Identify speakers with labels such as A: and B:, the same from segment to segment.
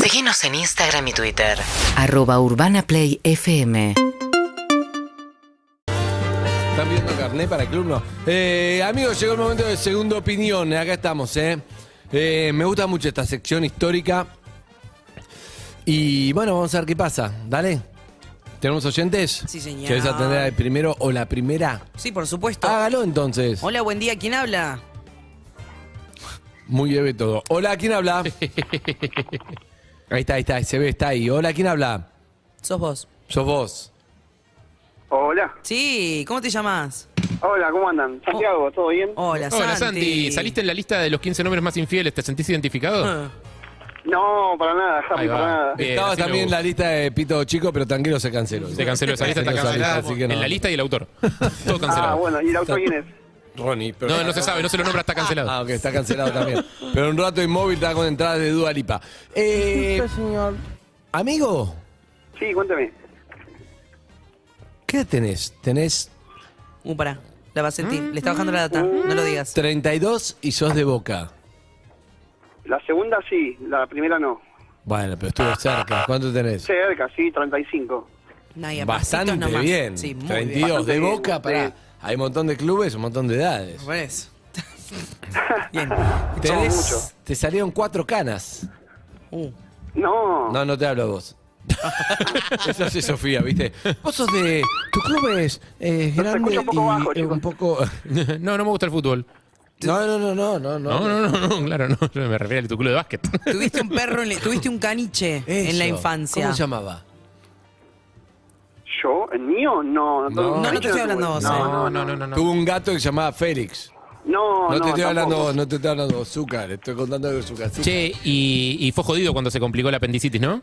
A: Seguinos en Instagram y Twitter.
B: Arroba Urbana Play FM.
C: ¿Están pidiendo carnet para el club? No. Eh, amigos, llegó el momento de segunda opinión. Acá estamos, ¿eh? Eh, Me gusta mucho esta sección histórica. Y bueno, vamos a ver qué pasa. Dale. ¿Tenemos oyentes?
D: Sí, señor.
C: ¿Quieres atender al primero o la primera?
D: Sí, por supuesto.
C: Hágalo entonces.
D: Hola, buen día. ¿Quién habla?
C: Muy leve todo. Hola, ¿quién habla? ahí está, ahí está, se ve, está ahí. Hola, ¿quién habla?
D: Sos vos.
C: Sos vos.
E: Hola,
D: Sí, ¿cómo te llamas?
E: hola, ¿cómo andan? Santiago, ¿todo bien?
F: Oh.
D: Hola, Santi.
G: Hola Santi, ¿saliste en la lista de los 15 nombres más infieles? ¿Te sentís identificado?
D: Ah.
E: No, para nada, Harry,
G: Ahí va.
E: para nada.
G: Bien,
C: Estaba
G: así me
C: también en
G: gusta.
C: la lista de Pito Chico, pero Tanguero se canceló.
G: Se canceló esa lista,
C: Se
G: está
C: canceló esa
G: cancelada.
C: lista, así que no.
G: En la lista y el autor. Todo
E: Ah,
G: cancelado.
E: bueno, ¿y el auto quién es?
C: Ronnie, pero-
G: No, no se sabe, no se lo nombra, está
C: Ah,
G: cancelado.
C: ok, está cancelado también. Pero un rato inmóvil está con entradas de Dua Lipa. Eh, Amigo,
E: Sí, cuéntame.
C: ¿qué edad tenés? Tenés
D: Uh, pará. La Bacetti. Le está bajando la data. No lo digas.
C: 32 y sos de Boca.
E: La segunda sí, la primera no.
C: Bueno, pero estuve cerca. ¿Cuánto tenés?
E: Cerca, sí, 35.
D: No, y a
C: Bastante
D: pasitos nomás.
C: bien.
D: Sí, muy
C: 32
E: Bastante
C: de
E: bien,
C: Boca,
E: sí.
C: pará. Hay un montón de clubes, un montón de edades.
D: bien. Por eso. bien.
C: Tenés-
E: mucho.
C: te salieron cuatro canas.
D: Uh,
E: No,
C: No, no te hablo a vos. Eso hace Sofía, ¿viste? Vos sos de. Tu club es eh, grande
E: escucho un poco
C: y
E: bajo,
C: eh,
E: chicos.
C: un poco.
G: No, no me gusta el fútbol.
C: No, no, no, no, no.
G: No, no, no, no, claro, no. Yo me refiero a tu club de básquet.
D: tuviste un perro, en la- tuviste un caniche en la
C: Eso.
D: infancia.
C: ¿Cómo se llamaba?
E: ¿yo? ¿El mío? No,
C: No. No, no te
E: tuve.
D: estoy hablando a vos, eh.
E: No, no, no.
G: no, no.
C: Tuvo un gato que se llamaba Félix.
E: No,
C: No, te
E: no,
C: estoy hablando
E: tampoco.
C: vos, no te estoy hablando vos, Zúcar. Estoy contando de Zúcar. Zúcar.
G: Che, y, y fue jodido cuando se complicó la apendicitis, ¿no?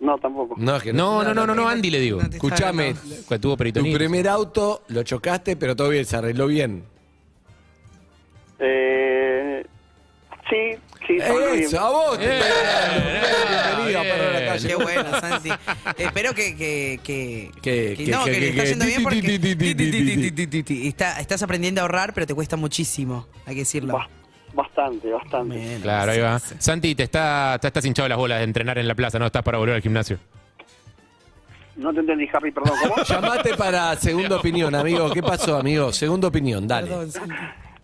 E: No, tampoco.
C: No, es que
G: No, no, no, no, no, Andy le digo.
D: No te-
C: Escuchame,
G: Cuando tuvo
C: tu
G: peritonitis.
C: primer auto lo chocaste, pero todo bien, se arregló bien.
E: Eh, sí, sí, todo bien.
C: Eso, a vos te
G: Eh,
C: está hablando. Bienvenido,
G: eh,
C: perro de la calle.
D: Qué bueno, Santi. Espero que. que, que,
C: Que- que-
D: no, que,
C: que-
D: le está
C: que-
D: yendo bien porque.
C: ti, ti, ti, ti, ti,
D: Y está- Estás aprendiendo a ahorrar, pero te cuesta muchísimo, hay que decirlo.
E: Ba- bastante, bastante.
D: Bueno,
G: Claro, ahí va. Santi, te, está, te estás hinchado las bolas de entrenar en la plaza, no estás para volver al gimnasio.
E: No te entendí, Harry, perdón. ¿Cómo?
C: Llamate para segunda opinión, amigo. ¿Qué pasó, amigo? Segunda opinión, dale.
D: Perdón, Santi.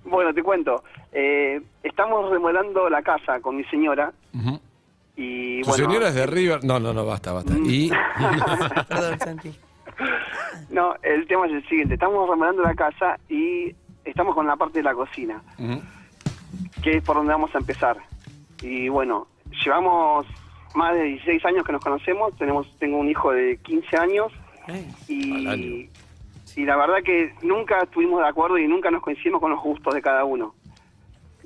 E: Bueno, te cuento. Eh, estamos remodelando la casa con mi señora. Y
C: Tu
E: bueno,
C: señora es de River. No, no, no, basta, basta. Y
D: Perdón, Santi.
E: No, el tema es el siguiente. Estamos remodelando la casa y estamos con la parte de la cocina, que es por donde vamos a empezar. Y bueno, llevamos más de 16 años que nos conocemos. Tenemos, tengo un hijo de 15 años
D: Eh,
C: Al
E: y,
C: año.
E: y la verdad que nunca estuvimos de acuerdo y nunca nos coincidimos con los gustos de cada uno.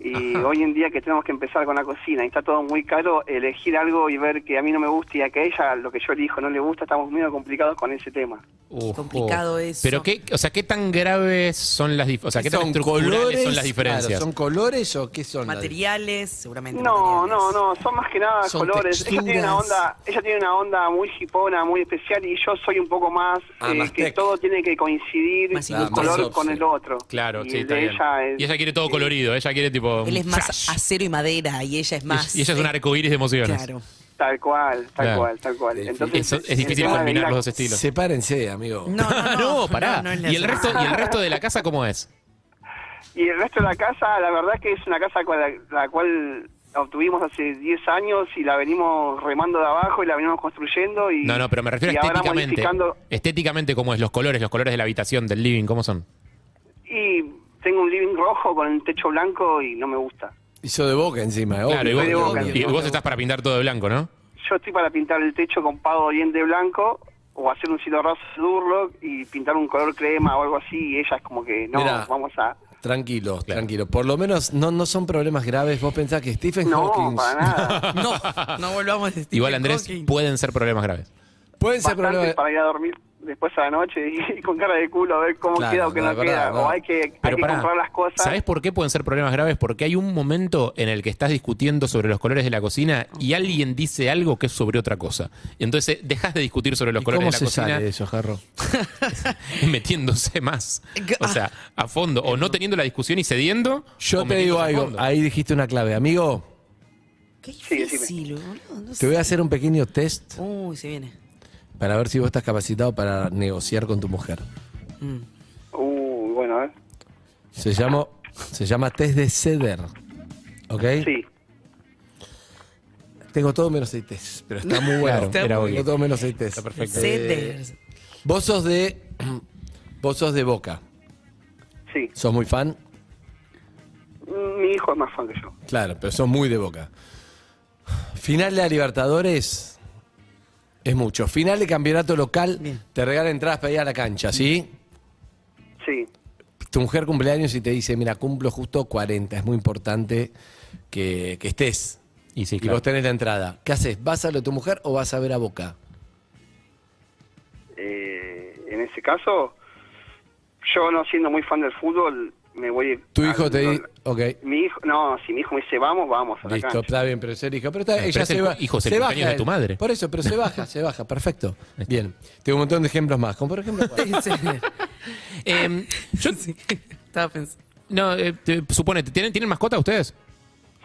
E: Y hoy en día que tenemos que empezar con la cocina y está todo muy caro, elegir algo y ver que a mí no me gusta y a que a ella lo que yo elijo no le gusta, estamos medio complicados con ese tema.
G: Ujú.
D: complicado eso.
G: Pero qué, o sea, qué tan graves son las diferencias, o sea, qué tan estructurales son las diferencias.
C: Claro, ¿Son colores o qué son? las-
D: Materiales, seguramente.
E: No, no,
D: materiales.
E: no, son más que nada
C: Son
E: colores. Ella tiene una
C: texturas.
E: onda, ella tiene una onda muy hipona, muy especial y yo soy un poco más
C: Ah,
E: eh,
C: más
E: que
C: tech.
E: todo tiene que coincidir
D: Más
E: un
D: industrial.
C: Más
E: color con
C: soft,
E: el
C: sí.
E: otro.
G: Claro,
E: y
G: sí,
E: el
G: está
E: de
G: bien.
E: ella es-
G: y ella quiere todo colorido, ella quiere tipo.
D: Él es más
G: flash.
D: acero y madera y ella es más.
G: Y ella es un
D: eh,
G: arcoíris de emociones.
D: Claro.
E: tal cual, tal
G: Claro.
E: cual, tal cual. Entonces
G: Eso- es difícil
E: encima de
G: combinar
E: la-
G: los dos estilos.
C: Sepárense, amigo.
D: No, no, no,
G: Ah, No, pará.
D: no, no es la
G: ¿Y, el resto, ¿Y el resto de la casa cómo es?
E: Y el resto de la casa, la verdad que es una casa con la, la cual obtuvimos hace 10 años y la venimos remando de abajo y la venimos construyendo y
G: No, no, pero me refiero
E: y
G: a
E: ahora
G: estéticamente.
E: modificando-
G: Estéticamente, ¿cómo es? Los colores, los colores de la habitación, del living, ¿cómo son?
E: y tengo un living rojo con el techo blanco y no me gusta.
C: Hizo de boca encima, eh,
G: claro, y vos,
E: soy de Boca,
G: y
E: soy de
G: vos
E: Boca.
G: estás para pintar todo de blanco, ¿no?
E: Yo estoy para pintar el techo con pavo de diente blanco o hacer un silorrazo Durlock y pintar un color crema o algo así y ella es como que no,
C: Mirá.
E: vamos a...
C: Tranquilos,
G: Claro.
C: tranquilos. Por lo menos no, no son problemas graves. Vos pensás que Stephen
E: No,
C: Hawking.
E: para nada.
D: No, no volvamos este a
G: Igual, Andrés, pueden ser problemas graves.
C: Pueden ser
E: Bastante
C: problemas.
E: para ir a dormir después a la noche y con cara de culo a ver cómo
C: Claro,
E: queda o que
C: no,
E: no,
C: es
E: queda.
C: verdad, no.
E: O hay que, hay
G: Pero
E: que
G: pará,
E: comprar las cosas.
G: ¿Sabés por qué pueden ser problemas graves? Porque hay un momento en el que estás discutiendo sobre los colores de la cocina y alguien dice algo que es sobre otra cosa. Entonces eh, dejas de discutir sobre los
C: ¿Y
G: colores
C: ¿Cómo
G: de la
C: se
G: cocina
C: sale de eso, Jarro?
G: metiéndose más. O sea, a fondo. O no teniendo la discusión y cediendo.
C: Yo
G: o
C: te digo
G: metiéndose a
C: algo. Ah,
G: fondo.
C: Ahí dijiste una clave. Amigo,
D: Qué
E: Sí, decime.
D: difícil, boludo. no
C: Te voy a
D: sé.
C: hacer un pequeño test
D: Uy, se viene.
G: Eh,
C: para ver si vos estás capacitado para negociar con tu mujer.
D: Mm.
E: Uh, bueno, a ver.
C: Se llama, se llama test de ceder. ¿Ok?
E: Sí.
C: Tengo todo menos el test, pero está muy
G: Claro,
C: bueno.
G: era
C: Tengo
G: obvio.
C: todo menos el test.
G: Está perfecto.
D: Ceder.
C: Vos sos de. Vos sos de Boca.
E: Sí.
C: ¿Sos muy fan?
E: Mi hijo es más fan que yo.
C: Claro, pero sos muy de Boca. Final de la Libertadores es mucho. Final de campeonato local,
D: Bien.
C: te regalan entradas para ir a la cancha, ¿sí?
E: Sí.
C: Tu mujer cumpleaños y te dice, mira, cumplo justo 40, es muy importante que, que estés.
G: Y sí,
C: Y
G: claro.
C: vos tenés la entrada. ¿Qué haces? ¿Vas a lo de tu mujer o vas a ver a Boca?
E: Eh, en ese caso, yo no siendo muy fan del fútbol, me voy.
C: Tu
E: al-
C: hijo te
E: al-
C: dice, ok,
E: Mi hijo, no, si mi hijo me dice vamos, vamos a la
C: listo,
E: cancha.
C: está bien, pero ser hijo. Pero está,
G: Pero
C: ella
G: es
C: se
G: el
C: va-
G: hijo, es el
C: se
G: cumpleaños de
C: él.
G: tu madre.
C: Por eso, pero se baja, se baja, perfecto. Bien, tengo un montón de ejemplos más, como por ejemplo...
D: Ceder.
G: Eh, yo-
D: Sí, Estaba pensando.
G: no, eh, te- suponete, ¿tienen, ¿tienen mascota ustedes?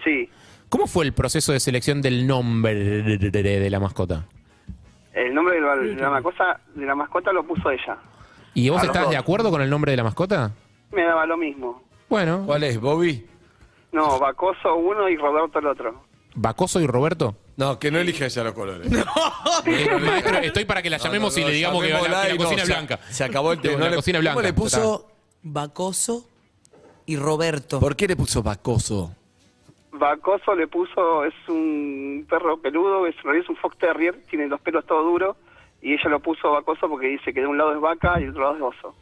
E: Sí.
G: ¿Cómo fue el proceso de selección del nombre de la mascota?
E: El nombre de la, de la mascota, de la mascota lo puso ella.
G: ¿Y
E: A
G: vos
E: los
G: estás
E: dos.
G: de acuerdo con el nombre de la mascota?
E: Me daba lo mismo.
G: Bueno,
C: ¿Cuál es, Bobby?
E: No, Bacoso uno y Roberto el otro.
G: Bacoso y Roberto.
C: No, que no elija ella los colores.
G: Eh, maestro, estoy para que la llamemos y le digamos que, la- que la, cocina es blanca.
C: Se acabó el tema.
G: La cocina es blanca.
C: le puso?
D: Bacoso y Roberto.
C: ¿Por qué le puso Bacoso?
E: Bacoso le puso, es un perro peludo, es, en realidad es un fox terrier, tiene los pelos todo duro y ella lo puso Bacoso porque dice que de un lado es vaca y del otro lado es oso.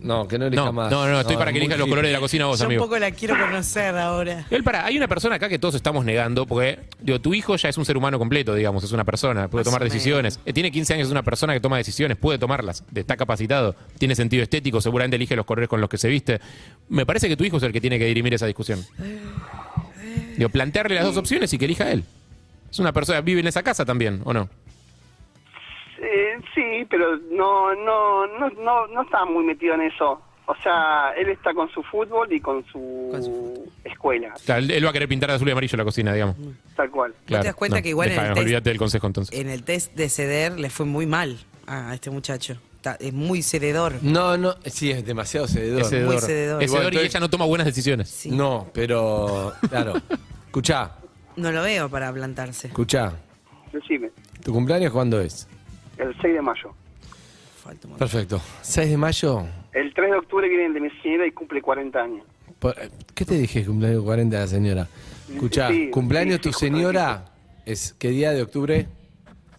C: No, que no elija
G: No,
C: más.
G: no, no, estoy para que
C: es muy
G: elijas los
C: difícil.
G: colores de la cocina vos,
D: Yo un
G: amigo.
D: poco la quiero conocer ahora.
G: Igual, pará, hay una persona acá que todos estamos negando, porque digo, tu hijo ya es un ser humano completo, digamos, es una persona, puede
D: Más
G: tomar
D: o menos.
G: decisiones. Eh, tiene 15 años, es una persona que toma decisiones, puede tomarlas, está capacitado, tiene sentido estético, seguramente elige los colores con los que se viste. Me parece que tu hijo es el que tiene que dirimir esa discusión. Digo, plantearle las dos opciones y que elija él. Es una persona, vive en esa casa también, ¿o no?
E: Eh, sí, pero no, no, no, no, no está muy metido en eso. O sea, él está con su fútbol y con su,
D: Con su
E: escuela,
G: O sea, él, él va a querer pintar de azul y amarillo la cocina, digamos.
E: tal cual.
G: Claro,
D: das cuenta que igual en el
G: deja,
D: test-
G: Olvídate del consejo entonces.
D: En el test de ceder le fue muy mal a este muchacho. Está- es muy cededor.
C: No, no, sí, es demasiado cededor.
G: Es
D: Muy
G: hedor.
D: sedor.
G: Es
C: Igual,
G: hedor y
C: entonces-
G: ella no toma buenas decisiones.
D: Sí.
C: No, pero, claro. escuchá,
D: No lo veo para plantarse.
C: escuchá.
E: Decime,
C: ¿Tu cumpleaños cuándo es?
E: el 6 de mayo.
D: Falta un montón.
C: Perfecto. 6 de mayo.
E: El 3 de octubre viene el de mi señora y cumple 40 años.
C: Por- ¿Qué te dije cumpleaños 40 de la señora? Escuchá,
E: Sí,
C: cumpleaños
E: sí,
C: tu
E: sí,
C: señora es ¿qué día de octubre?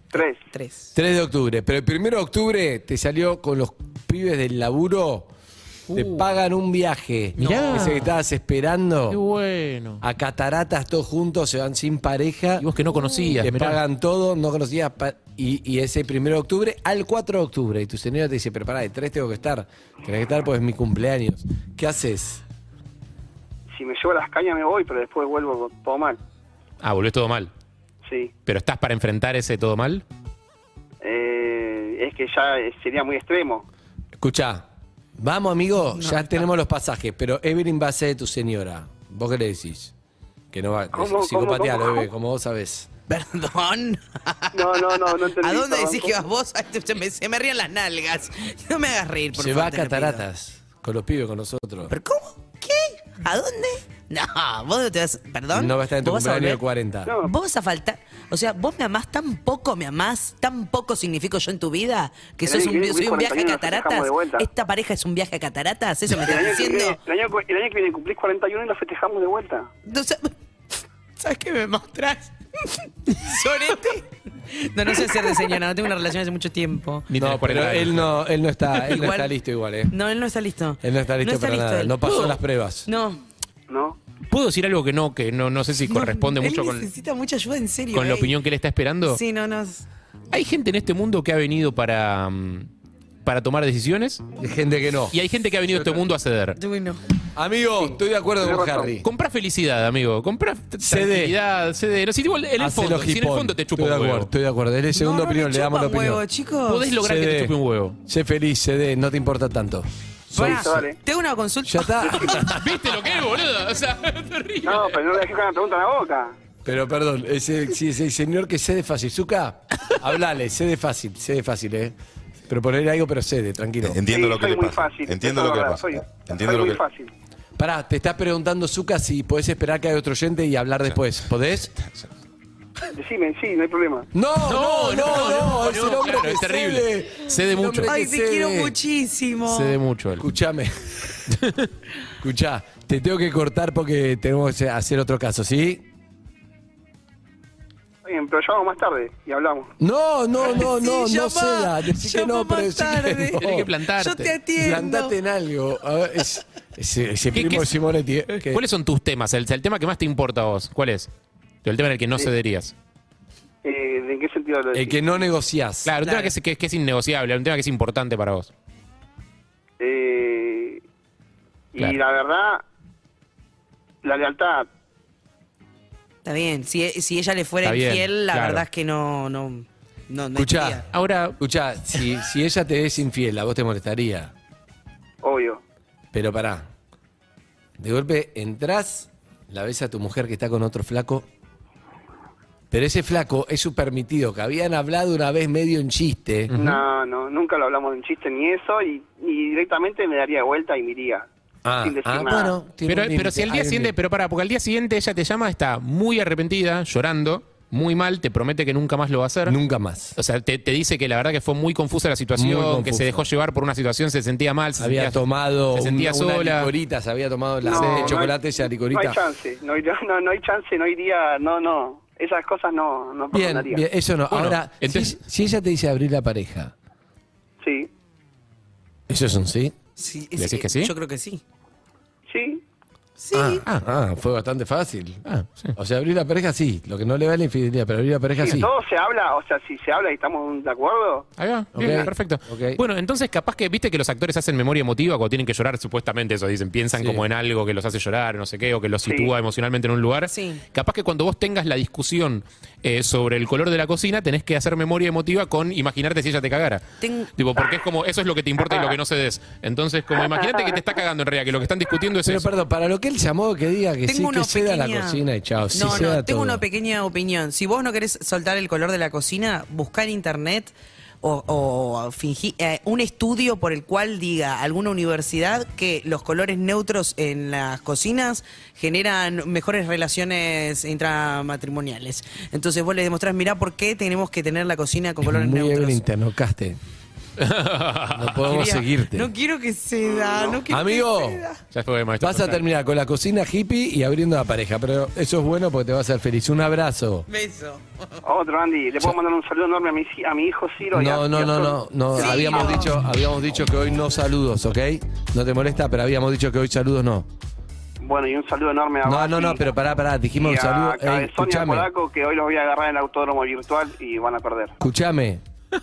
E: 3.
D: Tres.
C: 3 de octubre, pero el 1 de octubre te salió con los pibes del laburo, te pagan un viaje.
G: Uh. Mirá.
C: Ese que estabas esperando.
G: bueno.
C: A cataratas todos juntos, se van sin pareja.
G: Y vos que no conocías,
C: Te
G: mirá.
C: pagan todo, no conocías. pa- y, y ese 1 de octubre al 4 de octubre. Y tu señora te dice, pero pará, de 3 tengo que estar. Tenés que estar porque es mi cumpleaños. ¿Qué haces?
E: Si me llevo las cañas me voy, pero después vuelvo todo mal.
G: Ah, volvés todo mal.
E: Sí.
G: ¿Pero estás para enfrentar ese todo mal?
E: Eh, es que ya eh, sería muy extremo.
C: Escuchá, vamos amigo, ya tenemos los pasajes, pero Evelyn va a ser de tu señora. ¿Vos qué le decís? Que no va,
E: ¿Cómo,
C: es
E: cómo,
C: psicopatía,
E: cómo,
C: lo
E: cómo?
C: Eve, como vos sabés.
D: Perdón.
E: No, no, no, no entendí.
D: ¿A dónde
E: perdón.
D: decís que vas vos? Ay, te- Se me, se me ríen las nalgas. No me hagas reír, por
C: Se
D: favor.
C: va a
D: te lo pido.
C: cataratas con los pibes, con nosotros.
D: ¿Pero cómo? ¿Qué? ¿A dónde? No, vos no te vas. ¿Perdón?
C: No va a estar en tu
D: ¿Vos vas a
C: cumpleaños de
D: volver?
C: 40.
E: No.
D: Vos vas a faltar. O sea, vos me amás tan poco, me amás, tan poco significo yo en tu vida, que
E: El
D: sos
E: año
D: un,
E: que viene
D: soy un
E: cumplís
D: viaje a
E: 41, nos
D: cataratas.
E: festejamos de vuelta.
D: Esta pareja es un viaje a cataratas, eso me
E: El
D: estás
E: año, que
D: diciendo.
E: viene, el, año, el año que viene cumplís 41 y lo festejamos de vuelta.
D: No, sa- ¿Sabes qué me mostrás? ¿Sorete? No, no sé hacer de señora, no tengo una relación hace mucho tiempo.
G: Ni
C: No,
G: tenés
C: pero
G: 40 años.
C: él no, él no está, él no
D: Igual-
C: está listo igual, eh.
D: No, él no está listo.
C: Él no está listo para nada,
D: él.
C: no pasó
D: Uh,
C: las pruebas.
D: No.
E: ¿No?
G: ¿Puedo decir algo que no, que no, no sé si corresponde
D: No,
G: mucho
D: él
G: con,
D: necesita mucha ayuda, en serio.
G: con la
F: eh.
D: ey.
G: opinión que él está esperando?
D: Sí, no, no. es-
G: Hay gente en este mundo que ha venido para, mm, para tomar decisiones
C: Hay gente que no.
G: y hay gente que ha venido a este mundo a ceder.
D: Uy, no.
C: Amigo, estoy de acuerdo
E: tenés
C: con
E: razón.
C: Harry.
G: Comprá felicidad, amigo. Comprá t-
C: Cede.
G: tranquilidad, cede. No, si, igual en el
C: Hacelo
G: fondo, si en el
C: hipón.
G: fondo te chupa
C: Estoy
G: un
C: de acuerdo,
G: huevo.
C: Estoy de acuerdo, él es segunda
D: No, no le
C: opinión, le damos la
D: chupan
C: opinión.
D: huevo, chicos.
G: Podés lograr que te
C: Cede.
G: chupe un huevo.
C: Sé feliz, CD, no te importa tanto.
D: Pará,
E: Sí, dale.
D: Tengo una consulta.
C: Ya está.
G: ¿Viste lo que es, boludo? O sea, es terrible.
E: No, pero no le dejé con la pregunta en la boca.
C: Pero perdón, ese, si ese señor que cede fácil, Zuka, hablale, cede fácil, cede fácil, ¿eh? Proponer algo, pero cede, tranquilo.
H: Entiendo
E: Sí,
H: lo que
E: soy
H: le
E: muy
H: pasa.
E: fácil,
H: Entiendo
E: eso
H: lo que
E: es
H: le
E: verdad,
H: pasa.
E: soy-
H: Entiendo
E: soy
H: lo
E: muy
H: que
E: fácil.
C: Pará, te está preguntando Zuka si podés esperar que haya otro oyente y hablar después. ¿Podés?
E: Decime, sí, no hay problema.
C: No, no, no, no, es un hombre
G: claro,
C: que
G: es terrible.
C: cede.
G: Cede
C: Un
G: mucho.
C: hombre
F: Ay,
C: que
F: te
C: cede.
F: quiero muchísimo.
G: Cede mucho él.
C: Escúchame. Escuchá, te tengo que cortar porque tenemos que hacer otro caso, ¿sí?
E: Está bien, pero llamamos más tarde y hablamos.
C: No, no, no,
F: Sí,
C: no, no
F: llama,
C: ceda. Decí que
F: llama
C: no, pero
F: más
C: decí
F: tarde.
C: que no.
G: Tenés que plantarte.
F: Yo te atiendo.
C: Plantate Eh, en algo. A ver, es, ese- ese
G: ¿Qué-
C: primo
G: qué-
C: de Simonetti. eh, que-
G: ¿Cuáles son tus temas? El, el tema que más te importa a vos. ¿Cuál es? El tema en el que no cederías.
E: Eh, ¿En qué sentido lo
C: El
E: decís?
C: que no negociás.
G: Claro, un tema que es, que es- que es innegociable, un tema que es importante para vos.
E: Eh, y
G: Claro.
E: la verdad, la lealtad.
F: Está bien, si, si ella le fuera
G: Está bien,
F: infiel, la
G: claro.
F: verdad es que no, no, no, no
C: Escuchá,
F: iría.
G: Ahora,
C: escuchá, si, si ella te es infiel, a vos te molestaría.
E: Obvio.
C: Pero pará. De golpe entras, la ves a tu mujer que está con otro flaco. Pero ese flaco es su permitido, que habían hablado una vez medio en chiste.
E: No, no, nunca lo hablamos de un chiste ni eso y, y directamente me daría vuelta y me iría.
C: Ah,
E: sin decir
C: ah,
E: nada.
C: bueno, tiene
G: pero,
C: un
G: pero
C: límite,
G: si el
C: hay
G: día
C: un
G: siguiente,
C: límite.
G: pero para, porque al día siguiente ella te llama, está muy arrepentida, llorando, muy mal, te promete que nunca más lo va a hacer.
C: Nunca más.
G: O sea, te, te dice que la verdad que fue muy confusa la situación,
C: Muy confusa.
G: que se dejó llevar por una situación, se sentía mal, se
C: había
G: sentía,
C: tomado
G: se sentía
C: una, una
G: sola.
C: licorita, se había tomado la
E: No,
C: sed
E: no
C: de
E: hay-
C: chocolate, esa
E: No
C: licorita.
E: hay chance, no, iría- no, no hay chance, no iría, no, no. Esas cosas no, no
C: bien,
E: perdonaría.
C: bien, eso no.
G: Bueno,
C: Ahora, si-
G: entonces-
C: si, ella te dice abrir la pareja,
E: Sí,
C: ¿eso es un sí?
F: Sí,
G: ¿Le decís que sí?
F: Yo creo que sí.
E: sí,
F: Sí.
C: Ah, ah, fue bastante fácil.
G: Ah, sí.
C: O sea, abrir la pareja sí, lo que no le va es la infidelidad, pero abrir la pareja
E: sí.
C: sí.
E: Todo se habla, o sea, si se habla y estamos de acuerdo,
G: Ahí va, bien,
C: Ok.
G: bien, perfecto.
C: Ok.
G: Bueno, entonces capaz que viste que los actores hacen memoria emotiva cuando tienen que llorar, supuestamente eso, dicen, piensan
C: Sí.
G: como en algo que los hace llorar, no sé qué, o que los sitúa emocionalmente en un lugar.
F: Sí.
G: Capaz que cuando vos tengas la discusión eh, sobre el color de la cocina, tenés que hacer memoria emotiva con imaginarte si ella te cagara.
F: Ten-
G: Tipo, porque es como, eso es lo que te importa y lo que no cedes. Entonces, como imagínate que te está cagando en realidad, que lo que están discutiendo es
C: Pero
G: eso.
C: perdón, para lo que él llamó, que diga que sí, que ceda la cocina y chao.
F: No,
C: sí,
F: no,
C: ceda
F: tengo una
C: todo.
F: pequeña opinión. Si vos no querés soltar el color de la cocina, buscá en internet o, o fingí- eh, un estudio por el cual diga alguna universidad que los colores neutros en las cocinas generan mejores relaciones intramatrimoniales. Entonces vos le demostrás, mirá por qué tenemos que tener la cocina con colores
C: Muy
F: neutros.
C: Evelyn, te anocaste. No podemos
F: Quería-
C: seguirte.
F: No quiero que se da, no quiero
C: Amigo,
F: que se da.
G: Ya fue, maestro.
C: vas a terminar con la cocina hippie y abriendo la pareja, pero eso es bueno porque te va a hacer feliz. Un abrazo.
F: Beso.
E: otro Andy, le puedo mandar un saludo enorme a mi, ci- a mi hijo Ciro. y a-
C: No,
E: y
C: no,
E: a
C: no, no,
E: todos.
C: no.
F: Sí.
C: Habíamos
F: No.
C: dicho, habíamos dicho que hoy no saludos, ¿ok? No te molesta, pero habíamos dicho que hoy saludos no.
E: Bueno, y un saludo enorme a
C: No,
E: Bati
C: no, no, pero pará, pará, dijimos eh, un
E: y a
C: saludo.
E: Cabezón y a
C: Escúchame,
E: Polaco, que hoy los voy a agarrar en el autódromo virtual y van a perder.
C: escúchame.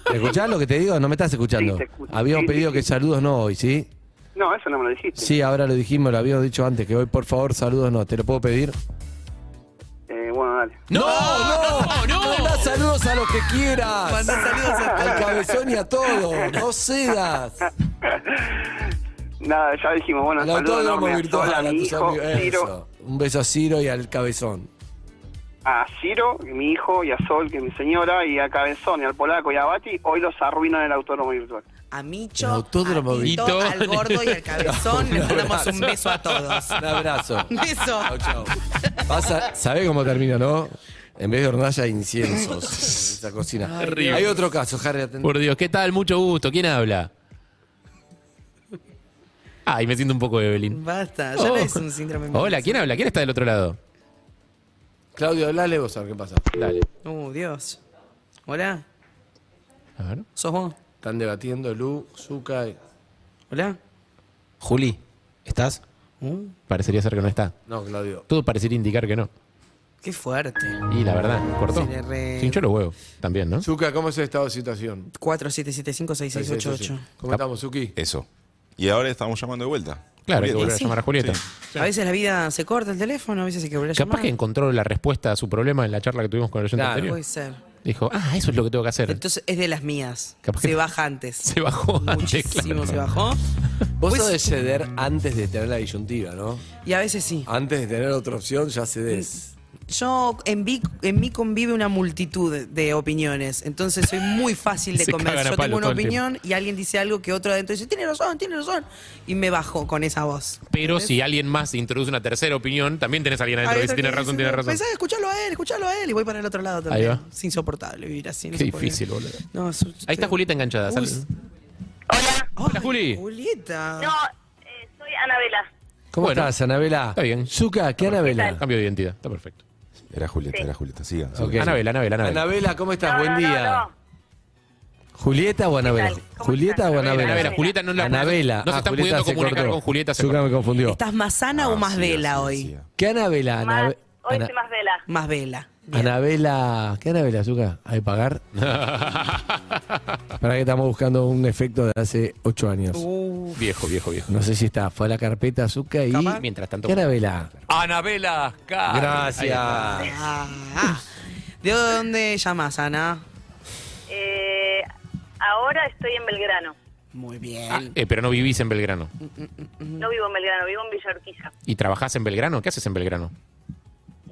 C: ¿Me escuchás lo que te digo? No me estás escuchando.
E: Sí, te escucho.
C: Habíamos
E: Sí, sí,
C: pedido
E: sí.
C: que saludos no hoy, ¿sí?
E: No, eso no me lo dijiste.
C: Sí, ahora lo dijimos, lo habíamos dicho antes, que hoy por favor saludos no. ¿Te lo puedo pedir?
E: Eh, bueno, dale.
C: ¡No, no!
G: no.
C: Mandá saludos a los que quieras.
F: Mandá saludos a
C: Al cabezón y a todos. No cedas.
E: Nada, ya dijimos, bueno,
C: Al
E: un saludo
C: autódromo
E: enorme a Sol,
C: virtual,
E: a
C: a
E: mi
C: tus
E: hijo
C: amigos.
E: Ciro,
C: Eso. Un beso a Ciro y al cabezón.
E: a Ciro, mi hijo, y a Sol, que es mi señora, y a Cabezón, y al Polaco, y a Bati, hoy los arruino en el autódromo virtual.
F: a
C: El
F: Micho,
C: autódromo
F: a Tito,
G: Vito.
F: al gordo y al cabezón. Les
C: Un
F: mandamos
C: abrazo.
F: un beso a todos.
C: Un abrazo.
F: Un beso.
C: Chau, chau. Pasa- ¿Sabés cómo termina, no? En vez de hornalla, inciensos. en Esa cocina.
G: Terrible.
C: Hay otro caso, Harry, atendé.
G: Por Dios, ¿qué tal? Mucho gusto. ¿Quién habla? Ay, me siento un poco Evelyn.
F: Basta, ya no es un síndrome.
G: Oh. Hola, ¿quién habla? ¿Quién está del otro lado?
C: Claudio, hablale vos a ver qué pasa.
G: Dale.
F: Uh, Dios. Hola,
G: A ver.
F: ¿sos vos?
C: Están debatiendo Lu, Zuka. y-
F: Hola.
I: Juli, ¿estás?
F: Uh,
G: Parecería ser que no está.
C: No, Claudio.
G: Todo parecería indicar que no.
F: qué fuerte.
G: Y la verdad, cortó.
F: Se le re-
G: Sin los huevos. También, ¿no?
C: Zuka, ¿cómo es el estado de situación?
F: 47756688.
C: ¿Cómo estamos, Zuki?
G: Eh,
H: Eso. Y ahora estamos llamando de vuelta.
G: Claro, hay que
H: Julieta.
G: volver a
F: Sí.
G: llamar a Julieta.
F: A veces la vida se corta el teléfono, a veces hay que volver a
G: Capaz
F: llamar.
G: que encontró la respuesta a su problema en la charla que tuvimos con el oyente
C: Claro.
G: anterior.
F: Puede ser.
G: Dijo, ah, eso es lo que tengo que hacer.
F: pues. Entonces es de las mías.
G: Capaz que-
F: se baja antes.
G: Se bajó antes,
F: Muchísimo
G: claro.
F: se bajó.
C: Vos
F: Pues-
C: sos de ceder antes de tener la disyuntiva, ¿no?
F: Y a veces sí.
C: Antes de tener otra opción, ya cedes.
F: Yo en mí, en mí convive una multitud de opiniones, entonces soy muy fácil de
G: Se
F: convencer.
G: cagan a
F: Yo
G: palo
F: tengo una
G: todo el tiempo.
F: opinión y alguien dice algo que otro adentro dice, tiene razón, tiene razón, y me bajo con esa voz.
G: Pero si alguien más introduce una tercera opinión, también tenés a alguien adentro que dice, tiene razón, tiene razón.
F: Pensá, escuchalo a él, escuchalo a él, y voy para el otro lado también.
G: va.
F: Es insoportable vivir así. no
G: Qué
F: se puede.
G: difícil, boludo.
F: No, es un-
G: Ahí está Julieta enganchada.
F: Uy,
G: sale.
F: s-
J: Hola.
G: Hola,
F: Ay,
G: Juli.
F: Julieta.
J: No, eh, soy Anabela.
C: ¿Cómo
G: Bueno.
C: estás, Anabela?
G: Está bien.
C: Zuka, ¿qué Anabela?
G: Cambio de identidad, está perfecto.
H: Era Julieta, era Julieta. Siga. siga.
C: Ok.
G: Anabela, Anabela, Anabela.
C: Anabela, ¿cómo estás?
J: No,
C: Buen
J: no, no,
C: día.
J: no.
C: ¿Julieta o Anabela?
J: tal? ¿Cómo
C: ¿Julieta
J: estás?
C: o
J: Anabela,
C: Anabela?
G: Anabela, Julieta no la-
C: Anabela.
G: no se
C: Ah,
G: están
C: Julieta
G: pudiendo
C: se
G: comunicar
C: cortó.
G: con Julieta, se
C: Zuka
G: cortó.
C: me confundió.
F: ¿Estás más sana o
H: Ah,
F: más
H: siga,
F: vela
H: siga,
F: hoy?
H: siga.
C: ¿Qué Anabela?
J: Más-
C: Anabe-
J: hoy
C: Ana-
J: soy más vela.
F: Más vela.
G: Ah,
C: Anabela, ¿qué Anabela, Zuka? ¿Hay que pagar? Para que estamos buscando un efecto de hace ocho años.
J: Uh.
G: viejo, viejo, viejo.
C: No sé si está, fue a la carpeta Zuka y...
G: Capaz. Mientras tanto-
C: ¿Qué Anabela?
K: Anabela K.
C: Gracias.
F: Ah, ah. ¿De dónde llamas, Ana?
J: Eh, ahora estoy en Belgrano.
F: Muy bien.
G: Ah, eh, pero no vivís en Belgrano.
J: No vivo en Belgrano, vivo en Villa Urquiza.
G: ¿Y trabajás en Belgrano? ¿Qué haces en Belgrano?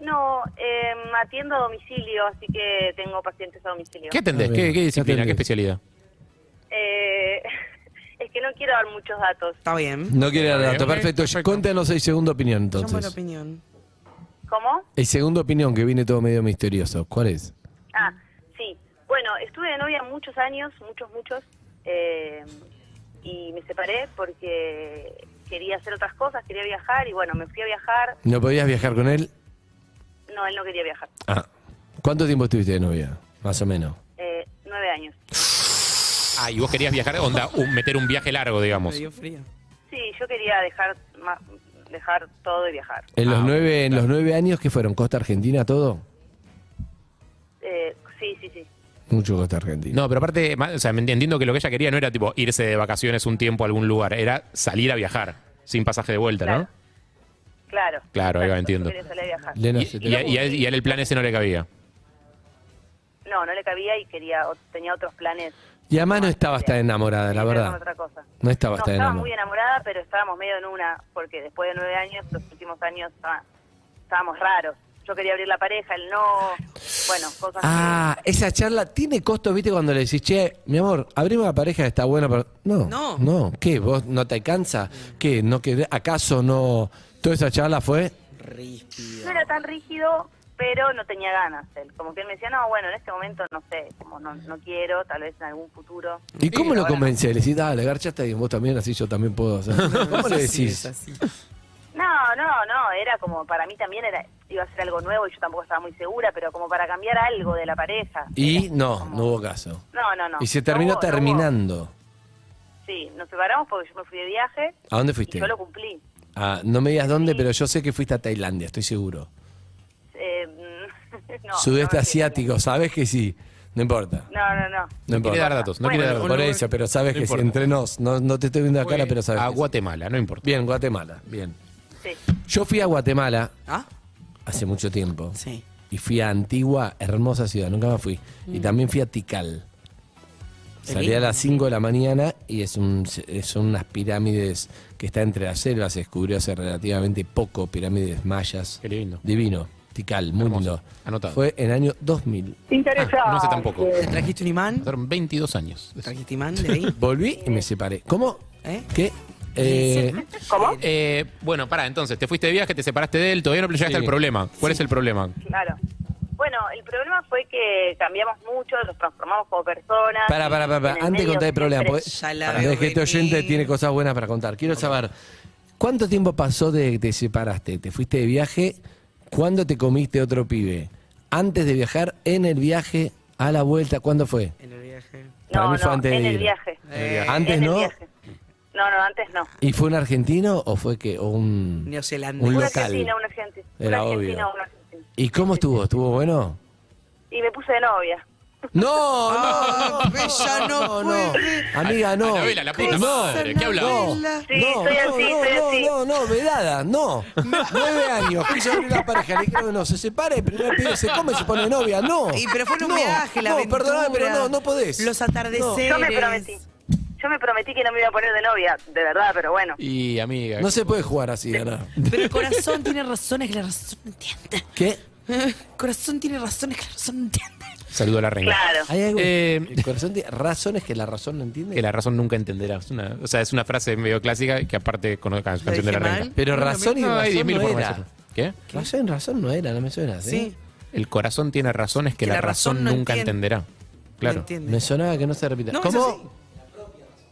J: No, eh, atiendo a domicilio, así que tengo pacientes a domicilio.
G: ¿Qué atendés?
C: Ah, bien.
G: ¿Qué, qué disciplina?
C: ¿Qué
G: ¿Qué
C: atendés?
G: especialidad?
J: Eh, es que no quiero dar muchos datos.
F: Está bien.
C: No quiere dar dato.
G: Ok,
C: Perfecto.
G: perfecto.
C: Contanos el segundo opinión,
F: Llamo a la
C: entonces.
F: opinión.
J: ¿Cómo?
C: El segundo opinión que viene todo medio misterioso. ¿Cuál es?
J: Ah, sí. Bueno, estuve de novia muchos años, muchos, muchos, eh, y me separé porque quería hacer otras cosas, quería viajar, y bueno, me fui a viajar.
C: ¿No podías viajar con él?
J: No, él no quería viajar.
C: Ah. ¿Cuánto tiempo estuviste de novia? Más o menos.
J: Eh, nueve años.
G: Ah, y vos querías viajar, onda, un- meter un viaje largo, digamos.
F: Me dio frío.
J: Sí, yo quería dejar, ma- dejar todo y viajar.
C: En los nueve, en los nueve años que fueron Costa Argentina todo.
J: Eh, sí, sí, sí.
C: Mucho Costa Argentina.
G: No, pero aparte, ma- o sea, me enti- entiendo que lo que ella quería no era tipo irse de vacaciones un tiempo a algún lugar, era salir a viajar, sin pasaje de vuelta, ¿no?
J: Claro. Claro.
G: Claro, ahí va,
J: Exacto,
G: entiendo.
J: yo quería salir a viajar.
C: Lena,
G: Y,
C: se te-
G: y a- y a- y a él el plan ese no le cabía.
J: No, no le cabía y quería, o- tenía otros planes.
C: Y además Ah, no estabas tan enamorada, la
J: Quería hacer
C: verdad.
J: otra cosa.
C: No estabas
J: No,
C: tan
J: estaba muy
C: enamorada.
J: enamorada, pero estábamos medio en una, porque después de nueve años, los últimos años estaba- estábamos raros. Yo quería abrir la pareja, él no, bueno, cosas
C: Ah, esa charla tiene costo, viste, cuando le decís, che, mi amor, abrimos la pareja, está buena, pero. No.
F: No.
C: No. ¿Qué? ¿Vos no te alcanza? ¿Qué? ¿No querés- ¿Acaso no.? Toda esa charla fue.
J: que no era tan rígido, pero no tenía ganas él. Como que él me decía, no, bueno, en este momento no sé, como no, no quiero, tal vez en algún futuro.
C: ¿Y cómo lo
J: ahora-
C: convencés? Le decís, dale, garcha está bien, vos también, así yo también puedo hacer. ¿Cómo le
F: Sí,
C: decís?
F: es así.
J: No, no, no, era como para mí también era iba a ser algo nuevo y yo tampoco estaba muy segura, pero como para cambiar algo de la pareja.
C: Y
J: Era
C: no,
J: como-
C: no hubo caso.
J: No, no, no.
C: Y se
J: No
C: terminó
J: hubo- no hubo-
C: terminando.
J: sí, nos separamos porque yo me fui de viaje
C: ¿A dónde
J: y
C: Ah, fuiste?
J: yo lo cumplí.
C: Ah, no me digas dónde,
J: Sí.
C: pero yo sé que fuiste a Tailandia, estoy seguro.
J: Eh, mm, no, no me
C: Sudeste
J: fui.
C: asiático, sabes que sí. No importa.
J: No, no, no.
C: No
G: No quiere dar
C: importa.
G: datos, no
J: Bueno,
G: quiere dar
C: Por
G: datos.
C: eso, pero sabes
G: No
C: que sí,
G: importa.
C: entre nos. No, no te estoy viendo la cara, pero sabes.
G: A
C: que sí.
G: Guatemala, no importa.
C: Bien, Guatemala. Bien.
J: Sí.
C: Yo fui a Guatemala
F: ¿Ah?
C: hace mucho tiempo.
F: Sí.
C: Y fui a Antigua, hermosa ciudad, nunca más fui. Y
G: Mm.
C: también fui a Tikal. Salí a las 5 de la mañana y es un, son unas pirámides que está entre las selvas, se descubrió hace relativamente poco, pirámides mayas.
G: Qué lindo.
C: Divino, Tikal, muy
G: Hermoso.
C: lindo.
G: Anotado.
C: Fue en el año 2000.
E: Interesante.
G: Ah, no sé tampoco.
F: ¿Te trajiste un imán?
G: Pasaron 22 años.
F: ¿Trajiste imán de ahí?
C: Volví y me separé. ¿Cómo?
F: ¿Eh?
C: ¿Qué? Eh,
J: ¿Cómo?
G: Eh, bueno, pará, entonces, te fuiste de viaje, te separaste de él, todavía no llegaste
C: Sí.
G: al problema. ¿Cuál es el problema?
J: Claro. Bueno, el problema fue que cambiamos mucho, nos transformamos como personas.
C: Para, para, para,
J: En el
C: antes de
J: medio
C: contar el problema,
J: siempre-
C: porque
F: Ya la
C: para
F: veo
C: que este oyente
F: venir.
C: tiene cosas buenas para contar. Quiero saber, ¿cuánto tiempo pasó de que te separaste? ¿Te fuiste de viaje? ¿Cuándo te comiste otro pibe? ¿Antes de viajar? ¿En el viaje? ¿A la vuelta? ¿Cuándo fue?
F: En el viaje.
C: para
J: no,
C: mí fue
J: no,
C: antes de
J: en
C: ir.
J: el viaje.
C: ¿Antes
J: En el
C: no?
J: viaje. No, no, antes no.
C: ¿Y fue un argentino o fue que o un
F: Neozelandés.
C: un
J: Una
C: local?
J: argentina, una argentina.
C: Era
J: una argentina,
C: obvio.
J: una argentina.
C: ¿Y cómo estuvo? ¿Estuvo bueno?
J: Y me puse de novia.
C: No,
F: Ah,
C: no,
F: ella no puede.
C: Amiga, no.
G: Anabela, la puta
C: no,
G: madre, ¿qué hablamos?
F: Anabela.
J: Sí, soy así,
C: no,
J: soy
C: no,
J: así.
C: no, no, vedada, no. Nueve años, quiso abrir la pareja, le dijeron no, se separa, el primer pibe se come, se pone novia, no.
F: Y pero fue en un
C: No,
F: viaje, la
C: No,
F: aventura.
C: perdóname, pero no, no podés.
F: Los atardeceres.
J: Yo me prometí. Yo me prometí que no me iba a poner de novia, de verdad, pero bueno.
G: Y amiga.
C: No se puede jugar así, Ana.
F: Pero el corazón tiene razones que la razón no entiende.
C: ¿Qué?
F: corazón tiene razones que la razón no entiende.
G: Saludo a la reina.
C: Hay algo
G: Eh,
C: el corazón tiene razones que la razón no entiende.
G: que la razón nunca entenderá. Es una- o sea, es una frase medio clásica que aparte con la canción de
C: dije
G: la
C: mal?
G: reina.
C: Pero razón y
G: No, hay
C: razón
G: 10.000
C: no
G: formas de
C: era.
G: hacerlo. ¿Qué?
C: Razón, razón no era, no me suena. ¿eh?
F: Sí.
G: El corazón tiene razones que, la, razón,
F: no
G: nunca
F: entiende.
G: entenderá. Claro.
C: Me sonaba que no se repita.
F: No, es
C: ¿Cómo?
F: así.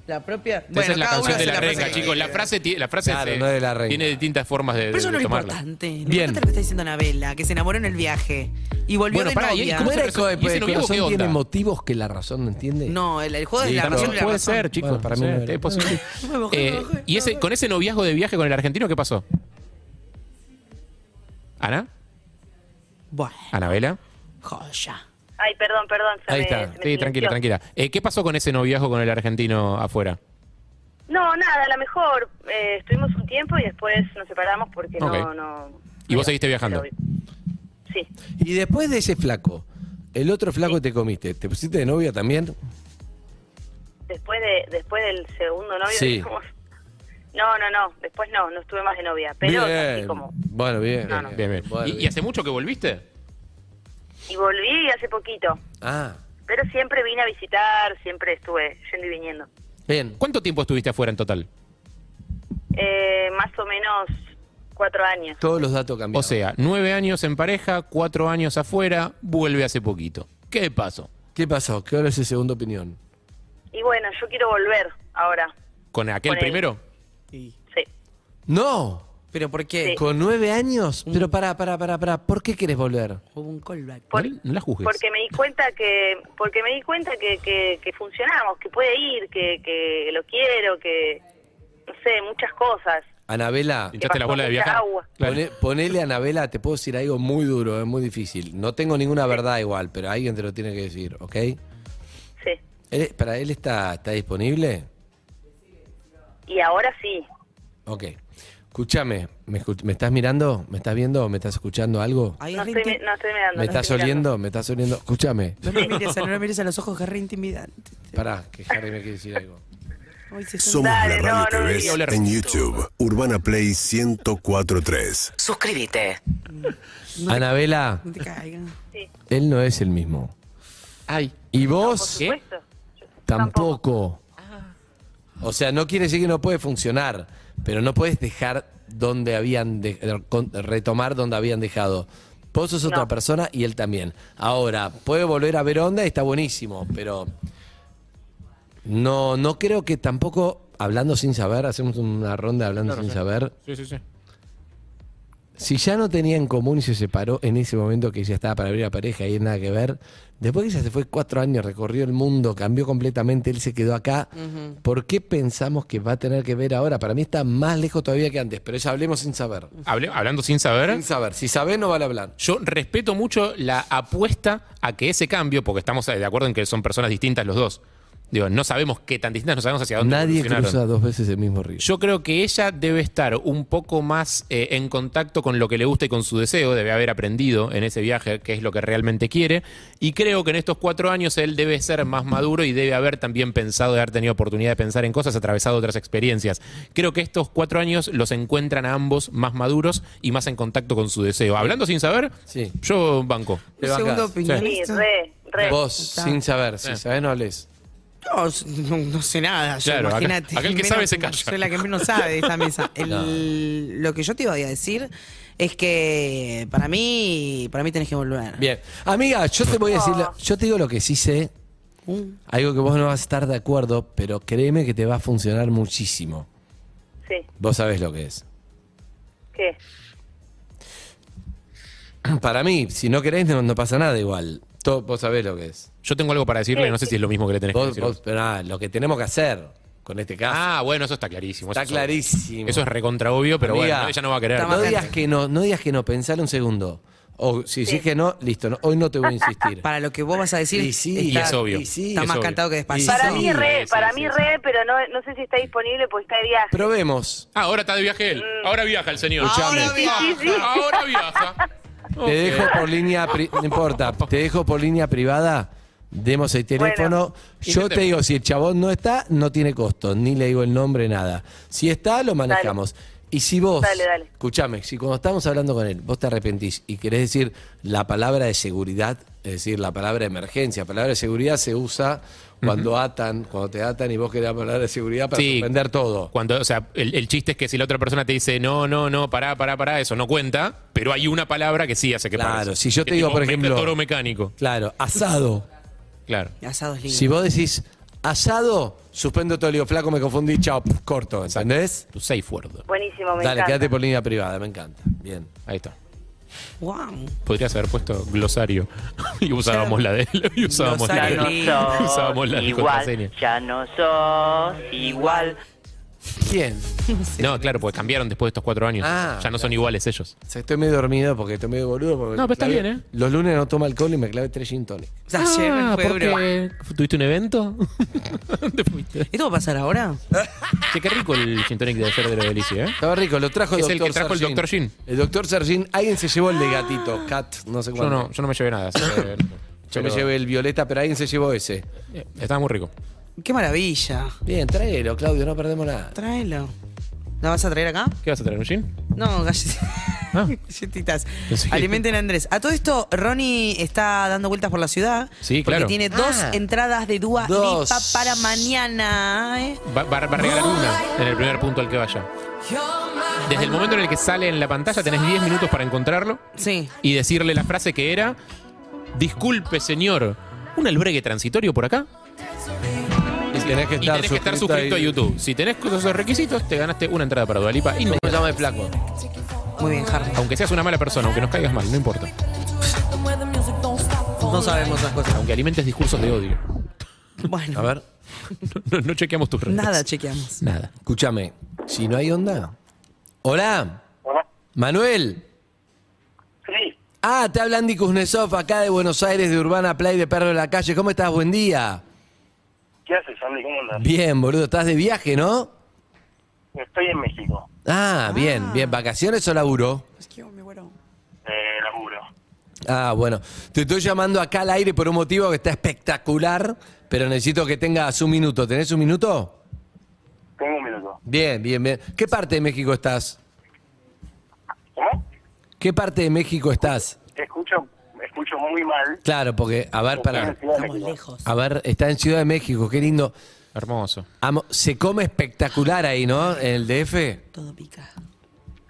F: La propia.
G: Esa es la
F: cada
G: canción
F: uno
G: de
F: hace
G: la,
F: frase
G: renga,
F: que-
G: chicos. La frase, ti- la frase
C: Claro,
G: se-
C: no de la renga.
G: tiene distintas formas de,
F: Pero eso
G: de
F: no es lo
G: tomarla.
F: importante. Lo importante
G: Bien.
F: es lo que está diciendo Anabela, que se enamoró en el viaje y volvió
G: Bueno,
F: de
G: pará, ¿y
F: novia.
G: cómo era
C: El co-
G: ¿Y ese
C: pues, el
G: noviazgo
C: corazón
G: qué onda?
C: tiene motivos que la razón no entiende.
F: No, el, el juego de la
G: Listo.
F: razón y la
G: Puede
F: razón.
G: ser, chicos.
C: Bueno,
G: para
C: para
G: mí
C: mí no
G: es
C: era.
G: posible.
F: Me bajé, me
G: Eh,
F: bajé,
G: ¿Y ese, con ese noviazgo de viaje con el argentino qué pasó? ¿Ana?
F: Bueno,
G: ¿Anabela?
F: joya.
J: Ay, perdón, perdón. se
G: Ahí
J: me-
G: está.
J: se me
G: Sí, tranquila,
J: silenció.
G: tranquila. Eh, ¿Qué pasó con ese noviazgo con el argentino afuera?
J: No, nada, a lo mejor eh, estuvimos un tiempo y después nos separamos porque no,
G: Ok.
J: no...
G: ¿Y vos seguiste viajando?
J: pero- Sí.
C: Y después de ese flaco, el otro flaco que te comiste, ¿te pusiste de novia también?
J: Después de después del segundo novio...
C: Sí.
J: dijimos- No, no, no. Después no, no estuve más de novia. Pero así como...
C: Bueno, bien.
J: No, no.
G: Bien, bien.
C: Bueno,
G: ¿Y, y
C: bien.
G: hace mucho que volviste?
J: Y volví hace poquito.
C: Ah,
J: Pero siempre vine a visitar, siempre estuve yendo y viniendo.
C: bien.
G: ¿Cuánto tiempo estuviste afuera en total?
J: Eh, más o menos cuatro años.
C: Todos los datos cambiaron.
G: O sea, nueve años en pareja, cuatro años afuera, vuelve hace poquito. ¿Qué pasó?
C: ¿qué pasó? ¿Qué ahora es su segunda opinión?
J: Y bueno, yo quiero volver ahora.
G: ¿Con aquel
J: Con él.
G: primero?
J: Sí.
C: ¡No!
F: Pero ¿por qué?
J: Sí.
C: ¿Con nueve años?
G: Mm.
C: Pero pará, pará, pará, pará. ¿Por qué querés volver?
F: Hubo un callback.
J: Por-
G: no, no la juzgues.
C: Pues
J: Porque me di cuenta que porque me di cuenta que, que, que funcionamos, que puede ir, que, que lo quiero, que no sé, muchas cosas.
C: Anabela,
G: Hinchaste la
J: pasó
G: bola de
J: mucha
G: viajar.
J: agua.
G: Claro.
C: pone- ponele Anabela, te puedo decir algo muy duro, es muy difícil. No tengo ninguna verdad igual, pero alguien te lo tiene que decir, ¿ok?
J: Sí.
C: Él- Eh, ¿Para él está, está disponible?
J: Y ahora sí.
C: Ok. Escúchame, ¿me, escu- me estás mirando? ¿Me estás viendo? ¿Me estás escuchando algo?
F: Ahí
J: No
F: es re
J: estoy, mi-
F: inti-
J: no estoy mirando.
C: ¿Me
J: no
C: estás
J: estoy mirando.
C: oliendo? ¿Me estás oliendo? Escúchame.
F: No me mires, a- no me mires a los ojos, que es re intimidante.
C: Pará, que Harry me quiere decir algo.
F: Ay, se está-
L: Somos
J: Dale,
L: la radio
J: no,
L: que
J: no,
L: ves
G: no, no, no.
L: en YouTube. Urbana Play 1043.
A: Suscríbete.
C: Anabela,
F: No te caigan.
C: él no es el mismo.
G: Ay.
C: ¿Y
J: Por
C: vos? ¿eh?
J: supuesto. Yo-
C: Tampoco. O sea, no quiere decir que no puede funcionar, pero no puedes dejar donde habían de- de- con- retomar donde habían dejado. Vos sos otra
J: No.
C: persona y él también. Ahora, puede volver a ver onda y está buenísimo, pero no, no creo que tampoco, hablando sin saber, hacemos una ronda hablando sin saber.
G: Sí, sí, sí.
C: Si ya no tenía en común y se separó en ese momento que ya estaba para abrir la pareja y nada que ver, después que ya se fue cuatro años, recorrió el mundo, cambió completamente, él se quedó acá, ¿por qué pensamos que va a tener que ver ahora? Para mí está más lejos todavía que antes, pero ya hablemos sin saber.
G: Hablé- hablando sin saber,
C: Sin saber, si sabés no vale hablar.
G: yo respeto mucho la apuesta a que ese cambio, porque estamos de acuerdo en que son personas distintas los dos. Digo, no sabemos qué tan distintas, no sabemos hacia dónde
C: Nadie
G: evolucionaron.
C: cruza dos veces el mismo río.
G: Yo creo que ella debe estar un poco más eh, en contacto con lo que le gusta y con su deseo, debe haber aprendido en ese viaje qué es lo que realmente quiere. Y creo que en estos cuatro años él debe ser más maduro y debe haber también pensado, de haber tenido oportunidad de pensar en cosas, atravesado otras experiencias. Creo que estos cuatro años los encuentran a ambos más maduros y más en contacto con su deseo. Hablando sin saber,
C: Sí.
G: yo banco.
C: Te
F: Un segundo
C: bajás.
F: opinión.
J: Sí, re, re.
C: Vos, sin saber,
G: Eh.
C: si sabés no hables.
F: No, s- no, no sé nada, yo,
G: Claro, acá-
F: imagínate.
G: aquel que
F: Menos-
G: sabe se calla.
F: Soy la que menos sabe de esta mesa. El- Lo que yo te iba a decir es que para mí, para mí tenés que volver.
C: Bien. Amiga, yo te voy a decir, la- yo te digo lo que sí sé,
F: Oh. Uh,
C: algo que vos no vas a estar de acuerdo, pero créeme que te va a funcionar muchísimo.
J: Sí.
C: Vos sabés lo que es.
J: ¿Qué?
C: Para mí, si no querés, no, no pasa nada igual. To- vos sabés lo que es.
G: Yo tengo algo para decirle, no sé si es lo mismo que le tenés que
C: Vos,
G: decir.
C: vos- pero nada, lo que tenemos que hacer con este caso.
G: Ah, bueno, eso está clarísimo.
C: Está
G: eso es obvio.
C: clarísimo.
G: Eso es recontra obvio, pero
C: Amiga,
G: bueno, ella no va a querer.
F: está
C: no
F: más
C: digas
F: grande.
C: que no, no digas que no, pensar un segundo. O si sí. que no, listo, no, hoy no te voy a insistir.
F: para lo que vos vas a decir,
C: Y sí,
G: Y es obvio.
C: y sí,
F: está
G: es
F: más
G: obvio.
F: cantado que
C: Y
F: despacito.
J: Para
C: sí,
J: mí re,
G: sí,
J: para
G: sí,
J: mí
G: sí.
J: re, pero no, no sé si está disponible porque está de viaje.
C: Probemos.
G: Ah, ahora está de viaje él. Ahora viaja el señor.
F: Ahora
G: Ah,
F: viaja.
G: ahora viaja.
C: Te dejo por línea, pri- no importa, te dejo por línea privada. Demos el teléfono. Yo te
G: intentemos.
C: digo, si el chabón no está, no tiene costo, ni le digo el nombre, nada. Si está, lo manejamos. Y si vos,
J: Dale, dale.
C: escuchame, si cuando estamos hablando con él, vos te arrepentís y querés decir la palabra de seguridad, es decir, la palabra emergencia, palabra de seguridad se usa cuando atan, cuando te atan y vos querés la palabra de seguridad para
G: Sí.
C: suspender todo.
G: Cuando, o sea, el, el chiste es que si la otra persona te dice no, no, no, pará, pará, pará, eso no cuenta, pero hay una palabra que sí hace que
C: Claro,
G: pares.
C: si yo te
G: Que
C: digo,
G: tipo,
C: por
G: mete
C: ejemplo-
G: toro mecánico.
C: Claro, asado.
G: Claro.
F: Asado es lindo.
C: Si vos decís asado, suspendo todo el lío, flaco, me confundí, chao, pf, corto, ¿entendés?
G: Tu safe word.
J: Buenísimo, me
C: Dale,
J: encanta.
C: quédate por línea privada, me encanta. Bien.
G: Ahí está.
F: Guau.
G: Podrías haber puesto glosario y usábamos la de él. Y usábamos la de
M: Ya
G: él.
M: no sos
G: usábamos la de
M: igual,
G: contraseña.
M: ya no sos igual.
C: ¿Quién?
G: No, claro, porque cambiaron después de estos cuatro años.
C: Ah,
G: ya no son iguales ellos.
C: O sea, estoy medio dormido porque estoy medio boludo. porque
G: No, pero está
C: clave-
G: bien, ¿eh?
C: Los lunes no tomo alcohol y me clavé tres gin tonic.
F: O sea,
J: Ah,
F: ayer fue duro.
G: ¿Tuviste un evento? ¿Dónde fuiste?
F: ¿Esto va a pasar ahora?
G: Che, qué rico el gin tonic de ayer de la delicia, ¿eh?
C: Estaba rico, lo trajo el
G: Es
C: doctor
G: el que trajo el
C: Sargin.
G: Dr. Gin.
C: El doctor Sargin, alguien se llevó el de gatito, cat, no sé
G: Yo
C: cuánto.
G: no, yo no me llevé nada. así que-
C: Yo me
G: pero-
C: llevé el violeta, pero alguien se llevó ese.
G: Eh, Estaba muy rico.
F: ¡Qué maravilla!
C: Bien, tráelo, Claudio, no perdemos nada.
F: Tráelo. ¿La vas a traer acá?
G: ¿Qué vas a traer, un gin?
F: No, gallet-
C: Ah.
F: galletitas.
G: Sí.
F: Alimenten a Andrés. A todo esto, Ronnie está dando vueltas por la ciudad.
G: Sí,
F: porque
G: claro.
F: tiene dos
C: Ah.
F: entradas de Dua
C: Dos.
F: Lipa para mañana. ¿eh?
G: Va, va- va a regalar una en el primer punto al que vaya. Desde el momento en el que sale en la pantalla tenés 10 minutos para encontrarlo
F: Sí.
G: y decirle la frase que era, disculpe señor, ¿un albergue transitorio por acá?
C: Y tenés que
G: Y
C: estar,
G: tenés que estar suscrito a
C: ahí.
G: YouTube. Si tenés todos esos requisitos, te ganaste una entrada para Dualipa
C: ¿Cómo se llama el flaco?
F: Muy bien, Harry.
G: Aunque seas una mala persona, aunque nos caigas mal, no importa.
F: No sabemos las cosas.
G: Aunque alimentes discursos de odio.
C: A
F: Bueno,
C: ver,
G: No, no chequeamos tus redes.
F: nada chequeamos.
G: Nada.
C: escúchame. Si no hay onda. Hola,
E: Hola.
C: Manuel.
E: Sí,
C: Ah, te habla Andy Kuznetsov acá de Buenos Aires, de Urbana Play, de Perro de la Calle. ¿Cómo estás? Buen día.
E: ¿qué haces, Andy? ¿Cómo andas?
C: Bien, boludo, estás de viaje, ¿no?
E: Estoy en México,
C: Ah, bien, bien. ¿Vacaciones o laburo?
E: eh, laburo.
C: Ah, bueno. Te estoy llamando acá al aire por un motivo que está espectacular, pero necesito que tengas un minuto. ¿Tenés un minuto?
E: Tengo un minuto.
C: Bien, bien, bien. ¿Qué parte de México estás?
E: ¿Cómo?
C: ¿Qué parte de México estás?
E: Escucho, escucho muy mal.
C: Claro, porque, a ver, para.
F: Estamos lejos.
C: A ver, está en Ciudad de México, qué lindo.
G: Hermoso.
C: Amo- se come espectacular ahí, ¿no? En el DF.
F: Todo pica.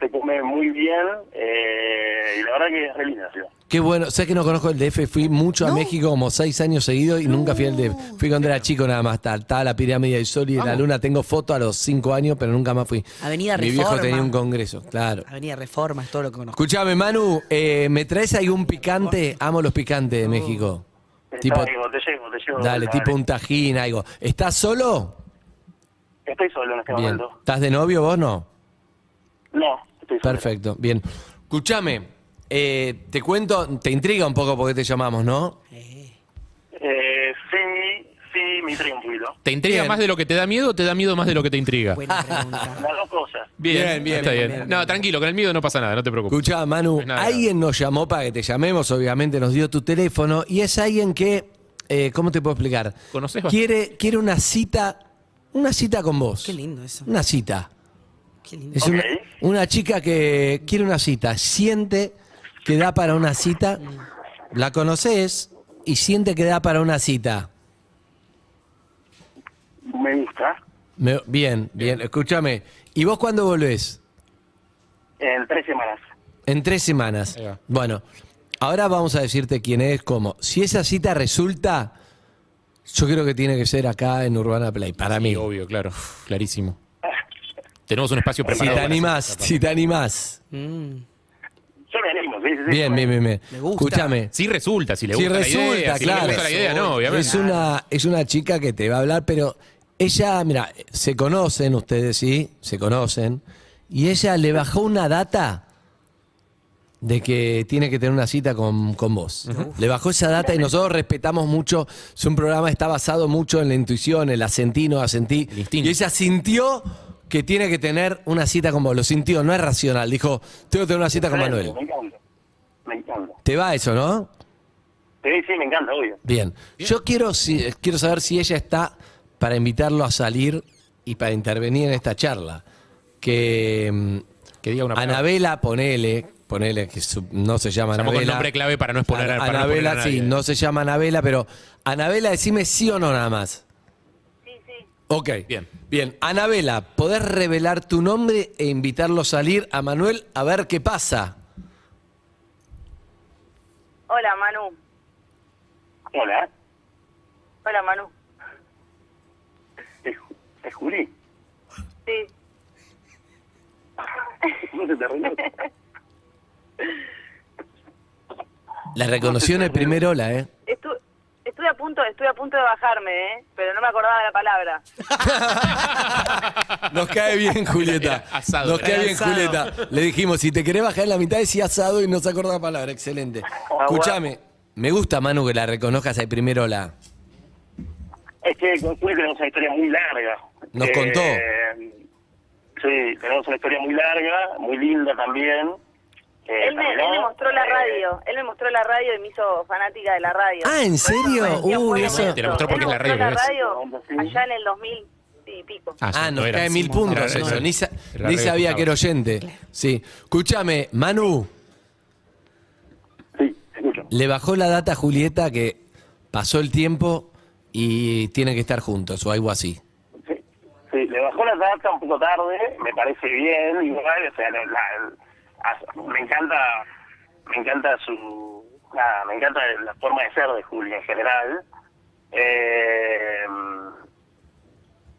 E: Se come muy bien eh, y la verdad que es re linda, ¿sí?
C: Qué bueno, sé que no conozco el DF, fui mucho a México como seis años seguidos y nunca fui al DF. Fui cuando era chico nada más, ta- estaba la pirámide del sol y de la luna, tengo foto a los cinco años, pero nunca más fui.
F: Avenida
C: Mi viejo
F: Reforma.
C: tenía un congreso, claro.
F: Avenida Reforma es todo lo que conozco.
C: Escuchame, Manu, eh, ¿me traes algún picante? Amo los picantes de México. Tipo,
E: Está, digo, te llevo, te llevo.
C: dale, tipo un tajín, algo. ¿Estás solo?
E: Estoy solo en este
C: Bien.
E: momento.
C: ¿Estás de novio vos no?
E: No, estoy solo.
C: Perfecto, bien. Escuchame, eh, te cuento, te intriga un poco por qué te llamamos, ¿no?
E: Eh, sí, sí, me intriga un poquito.
G: ¿Te intriga
C: Bien. Pues,
G: más de lo que te da miedo o te da miedo más de lo que te intriga?
F: Buena pregunta.
E: Las dos cosas.
C: Bien, bien,
G: Está
C: bien,
G: bien. No, tranquilo, con el miedo no pasa nada, no te preocupes.
C: Escuchá, Manu,
G: Es nada
C: alguien nos llamó para que te llamemos, obviamente nos dio tu teléfono, y es alguien que, eh, ¿cómo te puedo explicar?
G: ¿Conocés bastante?
C: Quiere, quiere una cita, una cita con vos.
F: Qué lindo eso.
C: Una cita.
F: Qué lindo.
C: Es una, una chica que quiere una cita, siente que da para una cita, la conoces y siente que da para una cita.
E: Me gusta.
C: Me- bien, bien, escúchame. ¿Y vos cuándo volvés?
E: En tres semanas.
C: En tres semanas.
G: Ahí va.
C: Bueno, ahora vamos a decirte quién es, cómo. Si esa cita resulta, yo creo que tiene que ser acá en Urbana Play, para
G: Sí,
C: mí.
G: obvio, claro. Clarísimo. Tenemos un espacio
C: Si
G: preparado.
C: te
G: para
C: animás,
G: esa etapa.
C: si te animás.
F: Mm.
E: Yo me animo, sí, sí, sí.
C: Bien, bien, bien. bien.
F: Me gusta.
C: Escúchame.
G: Si resulta, si le
C: Si
G: gusta la
C: resulta,
G: idea.
C: claro.
G: Si le gusta la idea, no, obviamente.
C: Es una, es una chica que te va a hablar, pero ella, mira, se conocen ustedes, sí, se conocen, y ella le bajó una data de que tiene que tener una cita con, con vos. Le bajó esa data y nosotros respetamos mucho, es un programa que está basado mucho en la intuición, el asentí, no asentí,
G: El instinto.
C: y ella sintió que tiene que tener una cita con vos, lo sintió, no es racional, dijo, tengo que tener una cita con Manuel.
E: Me encanta. Me encanta.
C: ¿Te va eso, no?
E: Sí, sí, me encanta, obvio.
C: Bien. Yo quiero, si- quiero saber si ella está para invitarlo a salir y para intervenir en esta charla. que, mm,
G: palabra.
C: Anabela, ponele, ponele que su- no se llama
G: Llamó con
C: Anabela.
G: nombre clave para no exponer
C: Ana-
G: para no exponer
C: Anabela,
G: a nadie.
C: sí, no se llama Anabela, pero Anabela, decime sí o no nada más. Sí, sí. Ok. Bien. Bien. Anabela, ¿podés revelar tu nombre e invitarlo a salir a Manuel a ver qué pasa?
J: Hola, Manu.
N: Hola,
J: Hola, Manu.
N: ¿es Juli?
J: Sí.
N: ¿No se te arregló?
C: La reconoció en el primer hola, ¿eh?
J: Estu- estuve a punto, estuve a punto de bajarme, ¿eh? Pero no me acordaba de la palabra.
C: Nos cae bien, Julieta.
G: asado,
C: Nos
G: era
C: cae bien,
G: asado.
C: Julieta. Le dijimos, si te querés bajar en la mitad, decía asado y no se acorda la palabra. Excelente. Escúchame, me gusta, Manu, que la reconozcas al primer hola.
N: Es que con Juli tenemos una historia muy larga. Eh,
C: Nos contó.
N: Sí, tenemos una historia muy larga, muy linda también. Eh,
J: Él me,
N: ¿no?
J: él me mostró la
N: Eh,
J: radio, él me mostró la radio y me hizo fanática de la radio.
C: Ah, ¿en serio? Uy, eso.
G: Te la mostró porque es la
J: Mostró
G: radio.
J: la
G: ¿ves?
J: radio allá en el 2000 y pico.
G: Ah, sí,
C: Ah, nos
G: no era,
C: cae
G: sí,
C: mil
G: era,
C: puntos
G: era,
C: eso.
G: era.
C: Ni, sa-
G: Era
C: ni
G: re
C: sabía
G: escuchaba.
C: que era oyente. Sí. Escúchame, Manu. Le bajó la data a Julieta que pasó el tiempo y tienen que estar juntos o algo así.
N: Sí, le bajó la data un poco tarde, me parece bien, igual, o sea, la- la- as- me encanta, me encanta su, nada, me encanta la forma de ser de Julia en general, Eh,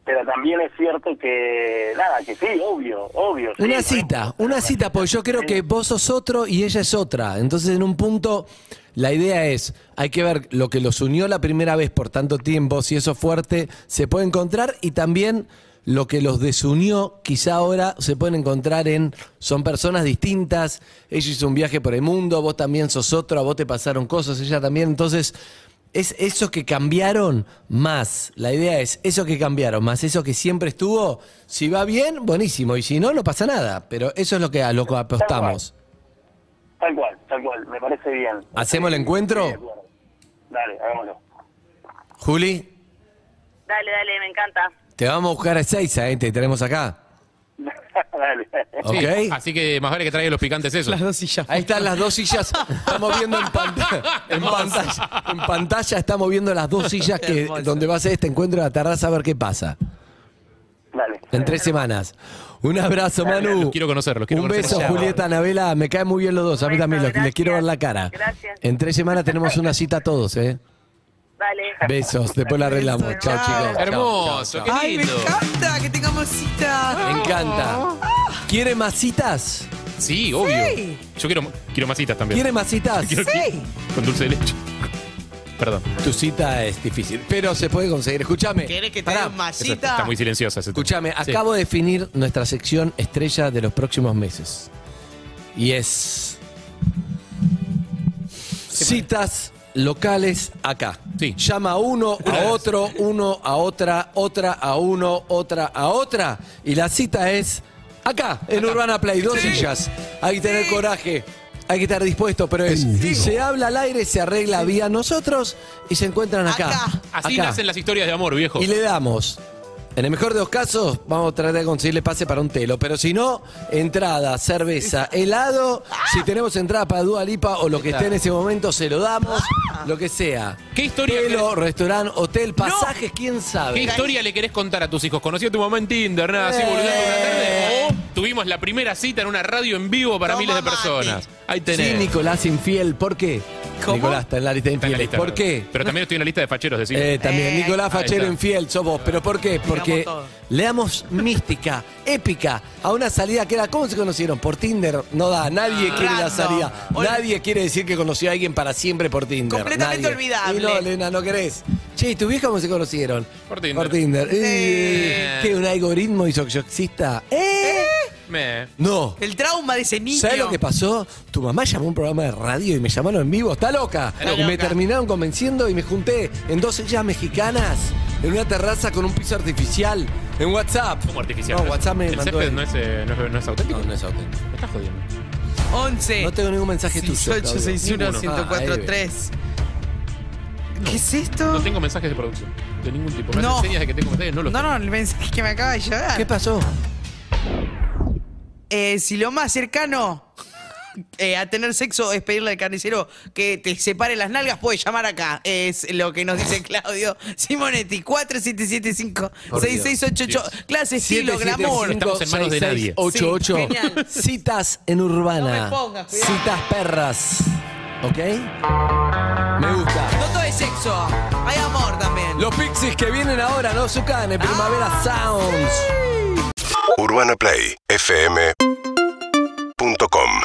N: pero también es cierto que, nada, que sí, obvio, obvio. sí,
C: Una
N: ¿no?
C: cita, una cita, porque yo creo que vos sos otro y ella es otra. Entonces, en un punto, la idea es, hay que ver lo que los unió la primera vez por tanto tiempo, si eso es fuerte, se puede encontrar, y también lo que los desunió, quizá ahora se pueden encontrar en, son personas distintas, ella hizo un viaje por el mundo, vos también sos otro, a vos te pasaron cosas, ella también, entonces... Es eso que cambiaron más. La idea es eso que cambiaron más, eso que siempre estuvo. Si va bien, buenísimo. Y si no, no pasa nada. Pero eso es lo que a lo que apostamos.
N: Tal cual, tal cual, me parece bien.
C: ¿Hacemos el encuentro?
N: Dale, hagámoslo.
C: Juli,
J: Dale, dale, me encanta.
C: te vamos a buscar a Seiza, ¿eh? te tenemos acá.
N: Dale.
G: Sí,
C: Ok.
G: Así que más vale que traiga los picantes esos.
C: dos sillas. Ahí están las dos sillas. Estamos viendo en, pantalla en, pantalla, en pantalla estamos viendo las dos sillas que, donde va a ser este encuentro en la terraza a ver qué pasa.
N: Dale.
C: En tres semanas. Un abrazo, Manu.
G: Los quiero conocer, los quiero
C: Un
G: conocer.
C: beso, Julieta, Anabela. Me caen muy bien los dos. A mí también los- les quiero ver la cara. En tres semanas tenemos una cita a todos, ¿eh?
J: Dale.
C: Besos. Después la arreglamos. Chao, chicos. Chau,
G: Hermoso,
C: chau,
G: qué
C: chau.
F: Ay, me
G: lindo.
F: encanta que tengamos cita.
C: Me encanta. ¿Quiere más citas?
G: Sí, obvio. Yo quiero, quiero masitas también.
C: ¿Quiere más citas?
G: Quiero- Con dulce de leche. Perdón.
C: Tu cita es difícil, pero se puede conseguir. Escúchame.
F: ¿Quieres que
C: te haga
F: más
G: Esa- Está muy silenciosa.
C: Escúchame, acabo de definir nuestra sección estrella de los próximos meses. Y es. Citas locales acá. Llama a uno, a otro, uno, a otra, otra, a uno, otra, a otra. Y la cita es acá, en Urbana Play, dos sillas. Hay que tener coraje. Hay que estar dispuesto, pero es. Se habla al aire, se arregla vía nosotros y se encuentran acá.
G: Así
C: Acá.
G: nacen las historias de amor, viejo.
C: Y le damos. En el mejor de los casos, vamos a tratar de conseguirle pase para un telo. Pero si no, entrada, cerveza, helado.
G: Ah.
C: Si tenemos entrada para Dua Lipa o lo que esté en ese momento, se lo damos. Lo que sea.
G: Ah. ¿Qué historia
C: Telo, restaurante, hotel, pasajes, quién sabe.
G: ¿Qué historia le querés contar a tus hijos? ¿Conocí a tu mamá en Tinder? Nada, así
C: Eh.
G: boludeando una tarde. O tuvimos la primera cita en una radio en vivo para miles de personas. Ahí tenés.
C: Sí, Nicolás infiel. ¿Por qué? Nicolás está en la lista de
G: Está en la
C: infieles.
G: lista,
C: ¿Por
G: pero-
C: qué?
G: Pero también estoy en la lista de facheros, decimos.
C: Eh, también, Nicolás Fachero
G: en
C: infiel, sos vos. ¿Pero por qué? Porque
G: todo.
C: le damos mística, épica, a una salida que era. ¿Cómo se conocieron? Por Tinder. No da, nadie
F: Ah,
C: quiere la
F: random.
C: salida. Nadie quiere decir que conoció a alguien para siempre por Tinder.
F: Completamente
C: Nadie.
F: olvidable.
C: Y no, Elena, no querés. Che, ¿y tu vieja cómo se conocieron?
G: Por Tinder.
C: Por Tinder.
G: Sí.
C: Eh, ¿Qué? ¿Un algoritmo hizo que yo exista? ¿Eh? No.
F: El trauma de ese niño.
C: ¿Sabes lo que pasó? Tu mamá llamó a un programa de radio y me llamaron en vivo. ¡Está loca!
F: Está
C: Y me
F: loca.
C: terminaron convenciendo y me junté en dos sillas mexicanas, en una terraza con un piso artificial, en WhatsApp.
G: ¿Cómo artificial?
C: No, WhatsApp me
G: ¿El
C: mandó
G: césped
C: él.
G: no es, eh, no, es, no es auténtico?
C: No, no es auténtico.
G: Me estás jodiendo.
F: 11.
C: No tengo ningún mensaje tuyo. Ah,
F: 18, 61, 104,
C: eh,
F: 3. ¿Qué es esto?
G: No tengo mensajes de producción. De ningún tipo. Me
F: No.
G: hacen señas de que tengo mensajes, no los
F: No, no, el mensaje que me acaba de llegar.
C: ¿Qué pasó?
F: eh, si lo más cercano eh, a tener sexo es pedirle al carnicero que te separe las nalgas, puedes llamar acá. Es lo que nos dice Claudio Simonetti. 4775-6688. Clase, estilo, glamour.
G: Estamos en manos de nadie.
C: 88.
F: Sí, genial.
C: Citas en Urbana.
F: No me pongas, cuidado.
C: Citas perras. ¿Ok? Me gusta.
F: No todo es sexo, hay amor también.
C: Los pixies que vienen ahora, ¿no? Sucane, Primavera Sounds.
L: UrbanaPlayFM.com